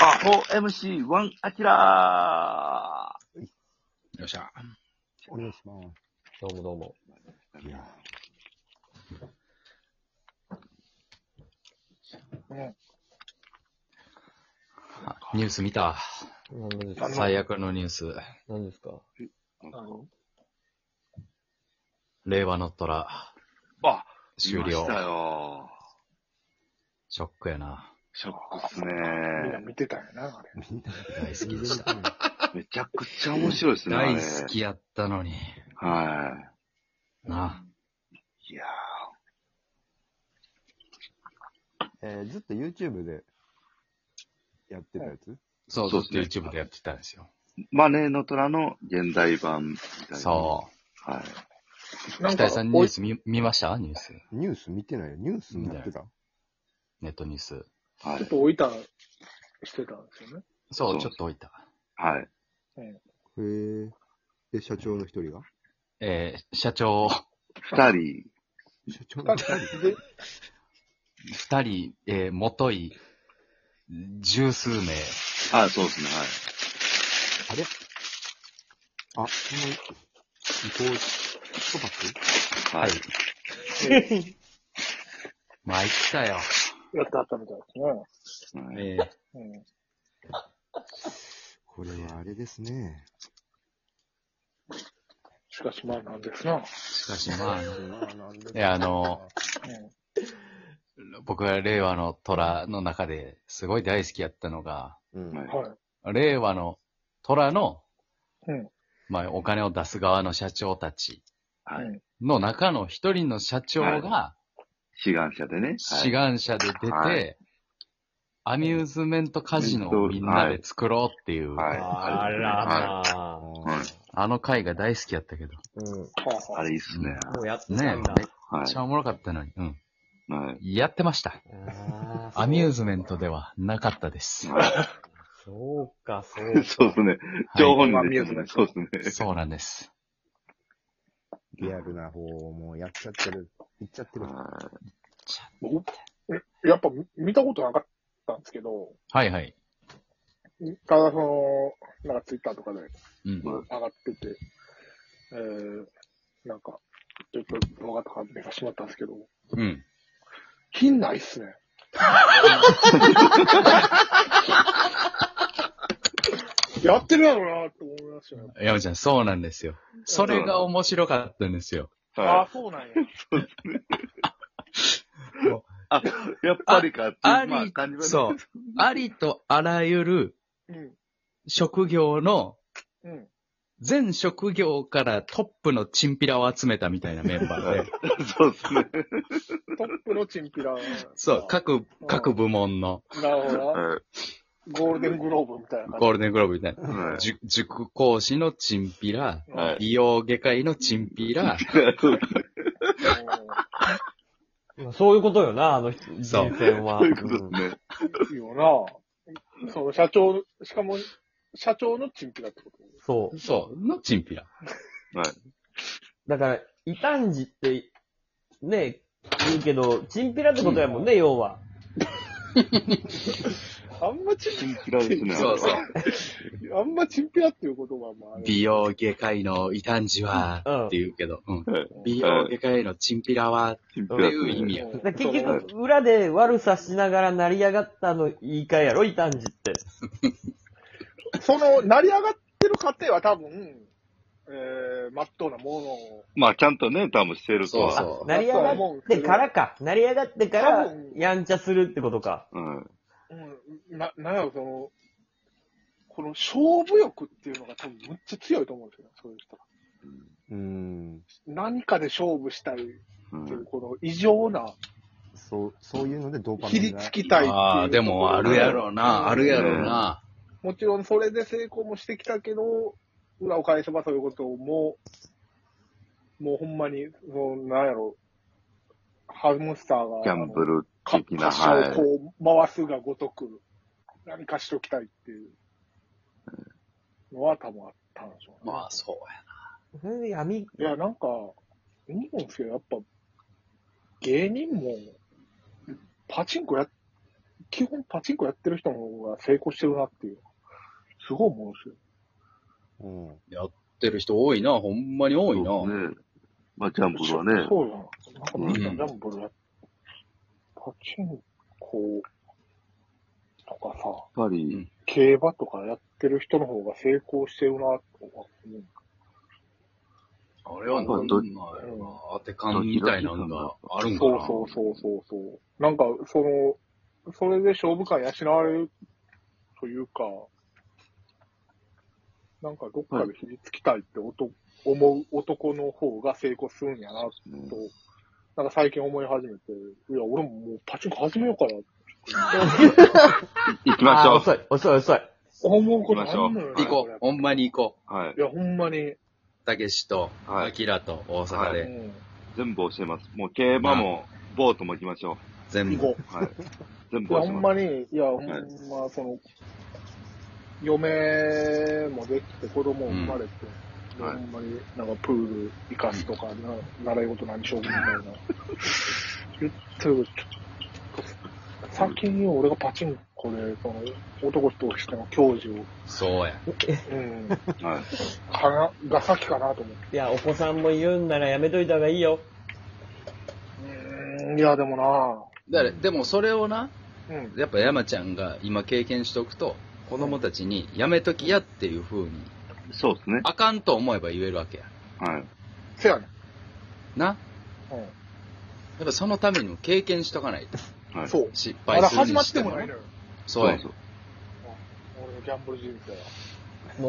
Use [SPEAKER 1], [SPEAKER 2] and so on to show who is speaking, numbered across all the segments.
[SPEAKER 1] OMC1 アキラ
[SPEAKER 2] よっしゃ。
[SPEAKER 3] お願いします。
[SPEAKER 4] どうもどうも。
[SPEAKER 3] いや、
[SPEAKER 2] ニュース見た。
[SPEAKER 4] 何です
[SPEAKER 1] あ
[SPEAKER 4] か
[SPEAKER 1] の
[SPEAKER 2] 最悪のニュース。
[SPEAKER 4] 何ですか
[SPEAKER 2] 令和乗ったら
[SPEAKER 1] あ、
[SPEAKER 2] 終
[SPEAKER 1] 見ま
[SPEAKER 2] 了
[SPEAKER 1] し。たよ。
[SPEAKER 2] ショックやな。
[SPEAKER 1] ショックっすね。
[SPEAKER 5] みんな見てたんやな、あれ。
[SPEAKER 2] 大好きでした。
[SPEAKER 1] めちゃくちゃ面白いですね。あ
[SPEAKER 2] 大
[SPEAKER 1] れ
[SPEAKER 2] 好。きやったのに。
[SPEAKER 1] は。
[SPEAKER 2] ない
[SPEAKER 1] いや
[SPEAKER 3] えーずっと YouTube でやってたやつ、
[SPEAKER 2] そう、ず
[SPEAKER 1] そう
[SPEAKER 2] っと
[SPEAKER 1] ですね
[SPEAKER 2] YouTube でやってたんですよ。
[SPEAKER 1] ーマネーの虎の現代版みたいな。。
[SPEAKER 2] そう
[SPEAKER 1] はい。
[SPEAKER 2] う。北井さんニュース見見ましたニュース。
[SPEAKER 3] ニュース見てないよ。ニュースになってた。
[SPEAKER 2] ネットニュース。
[SPEAKER 1] は
[SPEAKER 5] ちょ
[SPEAKER 1] い。
[SPEAKER 5] っと置いた、してたんですよね。
[SPEAKER 2] そ、
[SPEAKER 1] そうう
[SPEAKER 2] ちょっと置いた。
[SPEAKER 1] はい。
[SPEAKER 3] へえ。で、社長の一人が
[SPEAKER 2] えー、社長、
[SPEAKER 1] 二人、
[SPEAKER 3] 社長の一人
[SPEAKER 5] で、
[SPEAKER 2] 二人、えー、もとい、十数名。
[SPEAKER 1] あ、そうですね。はい。
[SPEAKER 3] あ、その、伊藤そばく
[SPEAKER 1] はい。
[SPEAKER 2] 参ったよ。
[SPEAKER 5] やってあったみたいですね。
[SPEAKER 1] はい
[SPEAKER 2] え
[SPEAKER 5] うん。
[SPEAKER 3] これはあれですね。
[SPEAKER 5] しかし、まあ、なんですな。
[SPEAKER 2] ー、しかしまあ、い
[SPEAKER 3] なんで
[SPEAKER 2] や、あの、
[SPEAKER 5] うん。
[SPEAKER 2] 僕が令和の虎の中ですごい大好きやったのが、
[SPEAKER 3] うん。
[SPEAKER 1] はい
[SPEAKER 5] は
[SPEAKER 2] 令和の虎の、
[SPEAKER 5] い。うん。
[SPEAKER 2] まあ、お金を出す側の社長たち
[SPEAKER 1] はい。
[SPEAKER 2] の中の一人の社長が
[SPEAKER 1] 志願者でね。
[SPEAKER 2] 志
[SPEAKER 1] はい。
[SPEAKER 2] 願者で出て、
[SPEAKER 1] はい
[SPEAKER 2] アミューズメントカジノをみんなで作ろうっていう、
[SPEAKER 1] はい
[SPEAKER 4] あらまあ。
[SPEAKER 1] はい
[SPEAKER 2] あの回が大好きやったけど、め
[SPEAKER 4] うん。も
[SPEAKER 5] はあ、
[SPEAKER 1] あ
[SPEAKER 5] はあ。
[SPEAKER 1] れいいっすね。
[SPEAKER 4] うやってたんだ。
[SPEAKER 2] ね
[SPEAKER 1] は
[SPEAKER 2] っちゃおもろかったのに、うん。
[SPEAKER 1] い。はい。
[SPEAKER 2] やってました。
[SPEAKER 4] あー
[SPEAKER 2] アミューズメントではなかったです。
[SPEAKER 1] は
[SPEAKER 4] そうか、そう
[SPEAKER 1] いそうですね。情報に
[SPEAKER 5] はい
[SPEAKER 1] ですね。そうですね。
[SPEAKER 2] そうなんです。
[SPEAKER 3] リアルな方をもうやっちゃってる。いっちゃってる。
[SPEAKER 1] は
[SPEAKER 5] えやっぱ、み見たことなかったんですけど、
[SPEAKER 2] はいはい。
[SPEAKER 5] ただ、その、なんか、ツイッターとかで
[SPEAKER 2] うん。
[SPEAKER 5] 上がってて、えー、なんか、ちょっと動画とか見がしまったんですけど、
[SPEAKER 2] うん。
[SPEAKER 5] 品ないっす ね。やってるやろうなって思いましたよ。
[SPEAKER 2] 山ちゃん、そうなんですよ。それが面白かったんですよ。
[SPEAKER 1] い。
[SPEAKER 5] あ
[SPEAKER 1] は
[SPEAKER 5] あ、そうなんや。
[SPEAKER 1] い。やっぱりかっていう、
[SPEAKER 2] あ
[SPEAKER 1] ま
[SPEAKER 2] あ
[SPEAKER 1] あ
[SPEAKER 2] り、
[SPEAKER 1] 感じはね
[SPEAKER 2] そう。ありとあらゆる
[SPEAKER 5] うん。
[SPEAKER 2] 職業の、
[SPEAKER 5] うん。
[SPEAKER 2] 全職業からトップのチンピラを集めたみたいなメンバーで、
[SPEAKER 1] そうですね。
[SPEAKER 5] トップのチンピラ。
[SPEAKER 2] そう、各、各部門の
[SPEAKER 5] なるほどな。
[SPEAKER 1] は
[SPEAKER 5] ゴールデングローブみたいな
[SPEAKER 2] ゴ
[SPEAKER 5] 感
[SPEAKER 2] ールデングローブみたい
[SPEAKER 1] い。は
[SPEAKER 2] な、塾塾講師のチンピラ、
[SPEAKER 5] じ。
[SPEAKER 1] はい
[SPEAKER 2] 美容外科医のチンピラ、
[SPEAKER 1] い。
[SPEAKER 4] まあそういうことよな、あの人
[SPEAKER 2] そう
[SPEAKER 4] 人選は。
[SPEAKER 1] そういうことですね。
[SPEAKER 5] いいよな。その社長、しかも、社長のチンピラってこと
[SPEAKER 4] そう。
[SPEAKER 2] そう、のチンピラ。
[SPEAKER 4] だから、異端児って、ね、言うけど、チンピラってことやもんね、要は。
[SPEAKER 5] あんまチン
[SPEAKER 1] チンピラですね。
[SPEAKER 2] そうそう。
[SPEAKER 5] ピ ラ、あんまチンピラっていう言葉もある。
[SPEAKER 2] 美容外科医の異端児は、って言うけど、うん
[SPEAKER 1] はい
[SPEAKER 2] 美容外科医のチンピラは、
[SPEAKER 1] チンピラです
[SPEAKER 2] っていう意味
[SPEAKER 1] ね。
[SPEAKER 2] や
[SPEAKER 5] うん
[SPEAKER 4] だから結局、裏で悪さしながら成り上がったの言い換えやろ、異端児って。
[SPEAKER 5] その、成り上がってる過程は多分、えー、まっとうなものを、
[SPEAKER 1] まあ、ちゃんとね、多分してると
[SPEAKER 2] そう
[SPEAKER 1] は。
[SPEAKER 2] そう。
[SPEAKER 4] 成り上がってからか。成り上がってから、やんちゃするってことか。
[SPEAKER 1] うん。
[SPEAKER 5] うん、な、なんやろ、その、この勝負欲っていうのが多分むっちゃ強いと思うんですよね、そういう人は。
[SPEAKER 3] うーん。
[SPEAKER 5] 何かで勝負したいって
[SPEAKER 1] うん
[SPEAKER 5] いう、この異常な、
[SPEAKER 3] そう、そういうのでドーパミ
[SPEAKER 5] 切
[SPEAKER 3] ン
[SPEAKER 5] り
[SPEAKER 3] が
[SPEAKER 5] つ。きたいっていう。
[SPEAKER 2] ああ、でもあるやろうな、あるやろうな。
[SPEAKER 5] もちろんそれで成功もしてきたけど、裏を返せばそういうことをもう、もうほんまに、その、なんやろ、ハムスターが、
[SPEAKER 1] ギャンブル
[SPEAKER 5] か
[SPEAKER 1] 的な、
[SPEAKER 5] 歌詞
[SPEAKER 1] はい。
[SPEAKER 5] をこう回すがごとく、何かしときたいっていうのは多分あったんでしょうね。
[SPEAKER 2] まあ、そうや
[SPEAKER 4] それで闇、
[SPEAKER 5] いや、なんか、思うんですけど、やっぱ、芸人も、パチンコやっ基本パチンコやってる人の方が成功してるなっていう。すごい思うんですよ。
[SPEAKER 3] うん。うん。
[SPEAKER 2] やってる人多いな、ほんまに多いな。
[SPEAKER 1] そうですね。まあ、ジャンプルはね。
[SPEAKER 5] そうだな。なんかみんな
[SPEAKER 2] うん
[SPEAKER 5] ジャンブルや、パチンコとか
[SPEAKER 1] や
[SPEAKER 5] さ、
[SPEAKER 1] っぱ
[SPEAKER 2] う
[SPEAKER 1] り
[SPEAKER 2] ん、
[SPEAKER 5] 競馬とかやってる人の方が成功してるなとは思う。
[SPEAKER 2] あれはなんなんやろな、当て感みたいなのがあるんか
[SPEAKER 5] そう
[SPEAKER 2] な。
[SPEAKER 5] そうそうそうそう。なんか、その、それで勝負感養われるというか、なんかどっかで火つきたいっておと思う男の方が成功するんやなと、
[SPEAKER 1] ね
[SPEAKER 5] なんか最近思い始めて、いや、俺ももうパチンコ始めようかなって
[SPEAKER 1] 行きまし
[SPEAKER 4] あー
[SPEAKER 1] ょう。
[SPEAKER 4] 遅い、遅い、遅い。
[SPEAKER 5] 思うことあんのよ、
[SPEAKER 1] 行き
[SPEAKER 2] 行
[SPEAKER 1] ましょ
[SPEAKER 2] こう、ほんまに行こ
[SPEAKER 1] はい
[SPEAKER 5] い。や、ほんまに、
[SPEAKER 2] う。たけしと、
[SPEAKER 1] はい
[SPEAKER 2] あきらと、大阪
[SPEAKER 5] う
[SPEAKER 1] は
[SPEAKER 2] で、
[SPEAKER 5] ん、
[SPEAKER 1] 全部教えます。もう競馬も、ボートも行きましょ
[SPEAKER 2] 全部。
[SPEAKER 5] 行こう。
[SPEAKER 1] う。はい。全
[SPEAKER 5] い
[SPEAKER 1] 部
[SPEAKER 5] や、
[SPEAKER 1] 教
[SPEAKER 5] ほ
[SPEAKER 1] え
[SPEAKER 5] ん
[SPEAKER 1] ま。
[SPEAKER 5] ますに、いや、ほん
[SPEAKER 1] はい
[SPEAKER 5] ま、その、嫁もできて、子供も生まれて、
[SPEAKER 1] うんはい
[SPEAKER 5] ほんまに、なんかプール生かすとか、な習い事何しようみたいな。言ってるけどちょっと、先に俺がパチンコで、その、男としての教授を、
[SPEAKER 2] そうや。
[SPEAKER 5] うん、
[SPEAKER 1] はい。
[SPEAKER 5] かな、が先かなと思って。
[SPEAKER 4] いや、お子さんもいるんならやめといた方がいいよ。
[SPEAKER 5] うーん、いや、でもな
[SPEAKER 2] だからでもそれをな、
[SPEAKER 5] うん、
[SPEAKER 2] やっぱ山ちゃんが今経験しておくと、子供たちにやめときやっていう風に、
[SPEAKER 1] そうですね。
[SPEAKER 2] あかんと思えば言えるわけや。
[SPEAKER 1] はい。
[SPEAKER 5] せやね
[SPEAKER 2] な。
[SPEAKER 5] ん。うん
[SPEAKER 2] やっぱそのためにも経験しとかないと。
[SPEAKER 1] はい。
[SPEAKER 5] そう。
[SPEAKER 2] 失
[SPEAKER 5] ま
[SPEAKER 2] 敗
[SPEAKER 5] だ
[SPEAKER 2] する
[SPEAKER 5] 始ま
[SPEAKER 2] に
[SPEAKER 5] っ
[SPEAKER 2] してて
[SPEAKER 5] も
[SPEAKER 2] も
[SPEAKER 5] ない
[SPEAKER 2] ね
[SPEAKER 5] の。よ。
[SPEAKER 2] そうや。
[SPEAKER 1] そう
[SPEAKER 5] 俺のギャンブル人生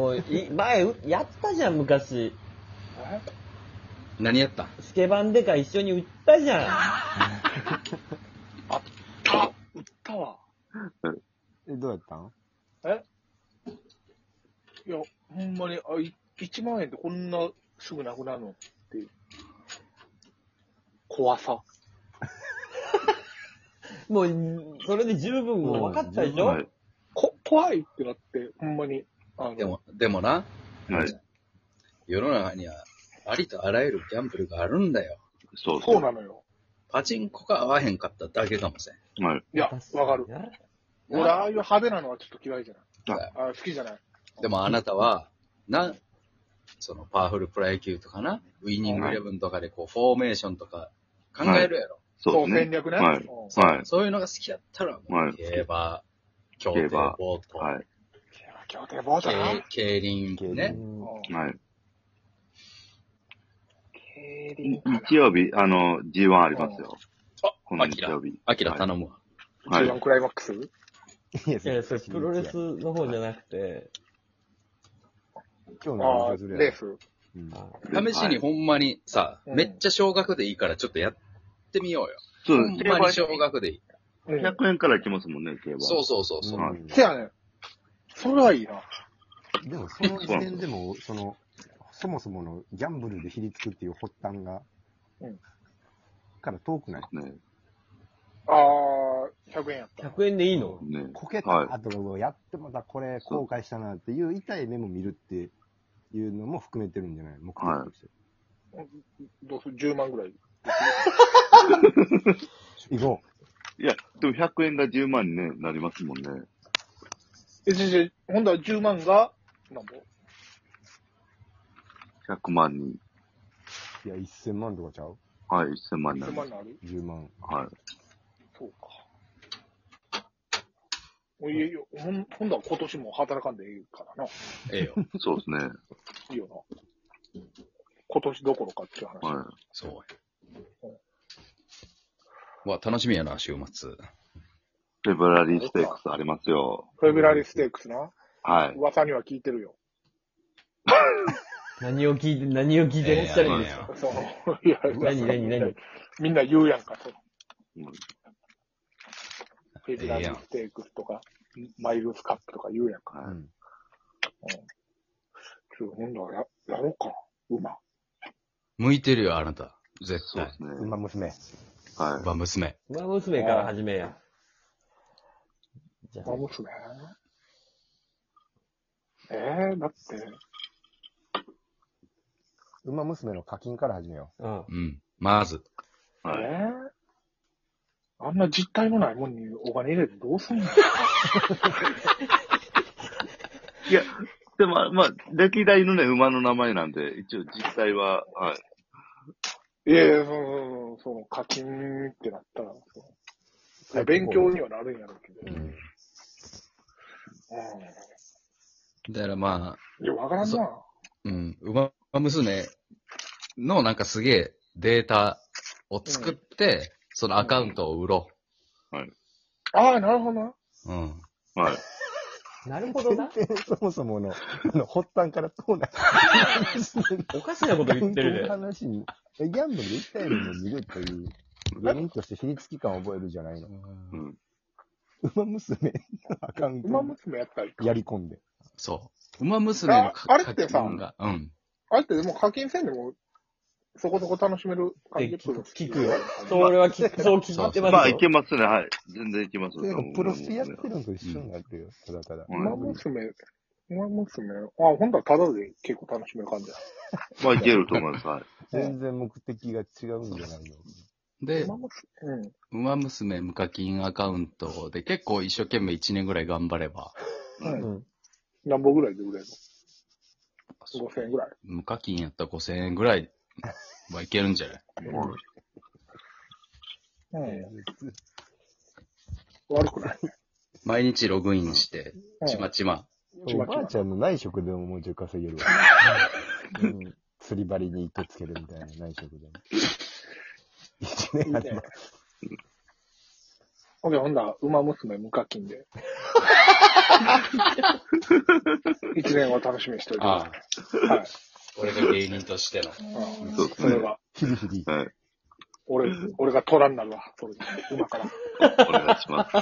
[SPEAKER 5] は。
[SPEAKER 4] もう、い 前、うやったじゃん、昔。
[SPEAKER 5] え
[SPEAKER 2] 何やった
[SPEAKER 4] スケバンデカ一緒に売ったじゃ
[SPEAKER 5] あ、売ったわ。
[SPEAKER 3] え、どうやったん
[SPEAKER 5] いや、ほんまに、あ、い1万円ってこんなすぐなくなるのっていう。怖さ。
[SPEAKER 4] ん。もう、それで十分もう分かったでしょ、
[SPEAKER 1] はい。
[SPEAKER 5] こ、怖いってなって、ほんまに。あの
[SPEAKER 2] でも、でもな、
[SPEAKER 1] はい。
[SPEAKER 2] 世の中にはありとあらゆるギャンブルがあるんだよ。
[SPEAKER 1] そう
[SPEAKER 5] そう
[SPEAKER 1] は
[SPEAKER 5] なのよ。
[SPEAKER 2] パチンコが合わへんかっただけかもしれん。
[SPEAKER 1] い。
[SPEAKER 5] いや、わかる。
[SPEAKER 4] な
[SPEAKER 5] 俺、ああいう派手なのはちょっと嫌いじゃない
[SPEAKER 1] は。
[SPEAKER 5] あ好きじゃない。
[SPEAKER 2] でもあなたは、な、そのパワフルプロ野球とかな、ウィニングイレブンとかでこう、フォーメーションとか考えるやろ。
[SPEAKER 1] そうです
[SPEAKER 5] 戦
[SPEAKER 1] ね。
[SPEAKER 5] 略ね。
[SPEAKER 1] はい
[SPEAKER 5] うん
[SPEAKER 2] そう
[SPEAKER 1] はい
[SPEAKER 2] そういうのが好きやったら、も
[SPEAKER 1] は
[SPEAKER 2] う
[SPEAKER 1] い
[SPEAKER 2] 競馬、競
[SPEAKER 1] 競
[SPEAKER 2] 艇、
[SPEAKER 1] 馬
[SPEAKER 2] ボート、
[SPEAKER 1] はい。
[SPEAKER 5] 今日手棒じゃな。う
[SPEAKER 2] 競
[SPEAKER 5] ん
[SPEAKER 2] 競輪、ね。
[SPEAKER 1] はい。
[SPEAKER 5] 競輪かな
[SPEAKER 1] 日曜日、あの、G1 ありますよ。こ
[SPEAKER 2] あ、
[SPEAKER 1] の
[SPEAKER 2] アキ
[SPEAKER 1] 日
[SPEAKER 2] ラ
[SPEAKER 1] 曜、日。
[SPEAKER 2] アキラ頼むわ。
[SPEAKER 1] はい
[SPEAKER 5] G1 クライマックス
[SPEAKER 3] いや、
[SPEAKER 4] いや、それプロレス。の方じゃなくて、
[SPEAKER 3] 今日の
[SPEAKER 5] ああ、
[SPEAKER 3] 話する
[SPEAKER 5] レ
[SPEAKER 3] や
[SPEAKER 5] ー
[SPEAKER 3] つ。
[SPEAKER 5] ス。
[SPEAKER 3] うん
[SPEAKER 4] あ
[SPEAKER 1] はい
[SPEAKER 2] 試しにほんまにさ、
[SPEAKER 5] うん
[SPEAKER 2] めっちゃ少額でいいからちょっとやってみようよ。
[SPEAKER 1] そう
[SPEAKER 2] ほん
[SPEAKER 1] 競
[SPEAKER 2] ま
[SPEAKER 1] 馬
[SPEAKER 2] に少額でいい。
[SPEAKER 5] うん
[SPEAKER 1] 100円から行きますもんね、競馬。
[SPEAKER 2] そうそうそうそう。
[SPEAKER 1] は
[SPEAKER 5] せやねん。それはいいな。
[SPEAKER 3] でも、その時点でも、その、そもそものギャンブルでひりつくっていう発端が
[SPEAKER 5] うん、
[SPEAKER 3] から遠くない。
[SPEAKER 1] ね。
[SPEAKER 5] ああ、100円やった。
[SPEAKER 4] 100円でいいの
[SPEAKER 1] ね。
[SPEAKER 3] こけ
[SPEAKER 1] はい
[SPEAKER 3] た後のやってまたこれ後悔したなっていう痛い目も見るっていうのも含めてるんじゃない目的として。
[SPEAKER 5] どうする ?10 万ぐらい。
[SPEAKER 3] 行こ
[SPEAKER 1] いや、でも100円が10万にねなりますもんね。
[SPEAKER 5] え、じゃじゃ、ほんだら10万が、なんぼ
[SPEAKER 1] 100万に。
[SPEAKER 3] う。いや、1000万とかちゃう
[SPEAKER 1] はい、1000万にな
[SPEAKER 5] ?10
[SPEAKER 1] りま
[SPEAKER 5] 万
[SPEAKER 1] す。
[SPEAKER 5] になる
[SPEAKER 3] ?10 万。
[SPEAKER 1] はい。
[SPEAKER 5] そうか。おいえよ、ほん、ほんだら今年も働かんでいいからな。
[SPEAKER 2] ええよ。
[SPEAKER 1] そうですね。
[SPEAKER 5] いいよな。今年どころかっていう話。
[SPEAKER 1] はい。
[SPEAKER 2] そうや。うわ、楽しみやな、週末。
[SPEAKER 1] フェブラリーステークスありますよ。
[SPEAKER 5] フェブラリーステークスな。
[SPEAKER 1] はい。
[SPEAKER 5] 噂には聞いてるよ。
[SPEAKER 4] 何を聞いて、何を聞いてらっしゃるんですか、
[SPEAKER 5] その、いや、
[SPEAKER 4] 何何何
[SPEAKER 5] みんな言うやんか、その
[SPEAKER 1] うん
[SPEAKER 5] フェブラリーステークスとか、マイルスカップとか言うやんか。
[SPEAKER 1] は
[SPEAKER 3] う
[SPEAKER 1] い。
[SPEAKER 3] ん。
[SPEAKER 5] ちょほんだらや、やろうかな。馬。
[SPEAKER 2] 向いてるよ、あなた。絶
[SPEAKER 1] そう
[SPEAKER 2] 対
[SPEAKER 1] で。すね。
[SPEAKER 3] 馬娘。
[SPEAKER 1] は
[SPEAKER 2] 馬娘。
[SPEAKER 4] 馬娘から始めや。じゃあ
[SPEAKER 5] 馬、娘えー、だって、
[SPEAKER 3] 馬娘の課金から始めよ
[SPEAKER 4] うん。
[SPEAKER 2] うん。まず。
[SPEAKER 1] い。はい。
[SPEAKER 5] えあんな実体のないもんにお金入れてどうすんの
[SPEAKER 1] いや、でも、まあ、歴代のね、馬の名前なんで、一応実際は、はい。
[SPEAKER 5] いやいや、その、その、課金ってなったら、そのいや勉強にはなるんやろうけど。
[SPEAKER 3] うん。
[SPEAKER 5] う
[SPEAKER 2] だからまあ、
[SPEAKER 5] ん。いや、わからんな。
[SPEAKER 2] うん、ウマ娘のなんかすげえデータを作って、そのアカウントを売ろ
[SPEAKER 5] ああ、なるほどな。
[SPEAKER 2] う。うん。
[SPEAKER 1] はい。
[SPEAKER 4] なるほど
[SPEAKER 3] 全
[SPEAKER 4] な。
[SPEAKER 3] 然そもそもの、 あの、発端からどうな
[SPEAKER 4] おかしなこと言ってる
[SPEAKER 3] の
[SPEAKER 4] で。
[SPEAKER 3] 話に、ギャンブルで一体のも見るという、原因として比率期間を覚えるじゃないの。
[SPEAKER 1] うん。
[SPEAKER 3] 馬娘のアカウント
[SPEAKER 5] 馬
[SPEAKER 3] を
[SPEAKER 5] 娘やったらいいか。
[SPEAKER 3] やり込んで。
[SPEAKER 2] そう。ウマ娘の
[SPEAKER 5] ああれってさ
[SPEAKER 2] 課金が、うん。
[SPEAKER 5] あれってでも課金せんでも、そこそこ楽しめる感じ
[SPEAKER 4] え聞くよ。そ
[SPEAKER 5] まあ
[SPEAKER 4] れは聞く、そう聞いてますよ。
[SPEAKER 1] まあ、いけますね。はい。全然いけます
[SPEAKER 3] で
[SPEAKER 1] ね。
[SPEAKER 3] なんかプロスピやってるのと一緒になってるよ、ただただ。
[SPEAKER 1] う
[SPEAKER 5] 馬
[SPEAKER 1] ん
[SPEAKER 5] 娘、馬娘、あ、ほんとはタダで結構楽しめる感じだ。
[SPEAKER 1] まあ、いけると思います。はい。
[SPEAKER 3] 全然目的が違うんじゃないの。
[SPEAKER 2] で
[SPEAKER 5] 馬、娘、うん。
[SPEAKER 2] ウマ娘無課金アカウントで結構一生懸命1年ぐらい頑張れば、
[SPEAKER 5] はい
[SPEAKER 3] うん。
[SPEAKER 5] 何本ぐらいで売れるの ?5000 円ぐらい。
[SPEAKER 2] 無課金やったら5000円ぐらいはいけるんじゃない
[SPEAKER 5] うん。悪くない。
[SPEAKER 2] 毎日ログインして、
[SPEAKER 5] うん
[SPEAKER 2] ちまちま。
[SPEAKER 5] ち
[SPEAKER 3] お
[SPEAKER 5] まちま
[SPEAKER 3] ばあちゃんの内職でももうちょい稼 げるわ。うん釣り針に糸つけるみたいな内職 でも。一年
[SPEAKER 5] いい
[SPEAKER 3] 半
[SPEAKER 5] ね。オッケー、ほんだら、馬娘無課金で。一年を楽しみにしておいてくだ
[SPEAKER 2] ああ、
[SPEAKER 5] さい。はい。
[SPEAKER 2] 俺が芸人としての。
[SPEAKER 5] うん
[SPEAKER 1] そうです
[SPEAKER 5] それ
[SPEAKER 1] ね。
[SPEAKER 5] は、
[SPEAKER 3] ヒリヒリ。
[SPEAKER 1] はい。
[SPEAKER 5] 俺、俺が虎になるわ。それで馬から。
[SPEAKER 1] お願いします。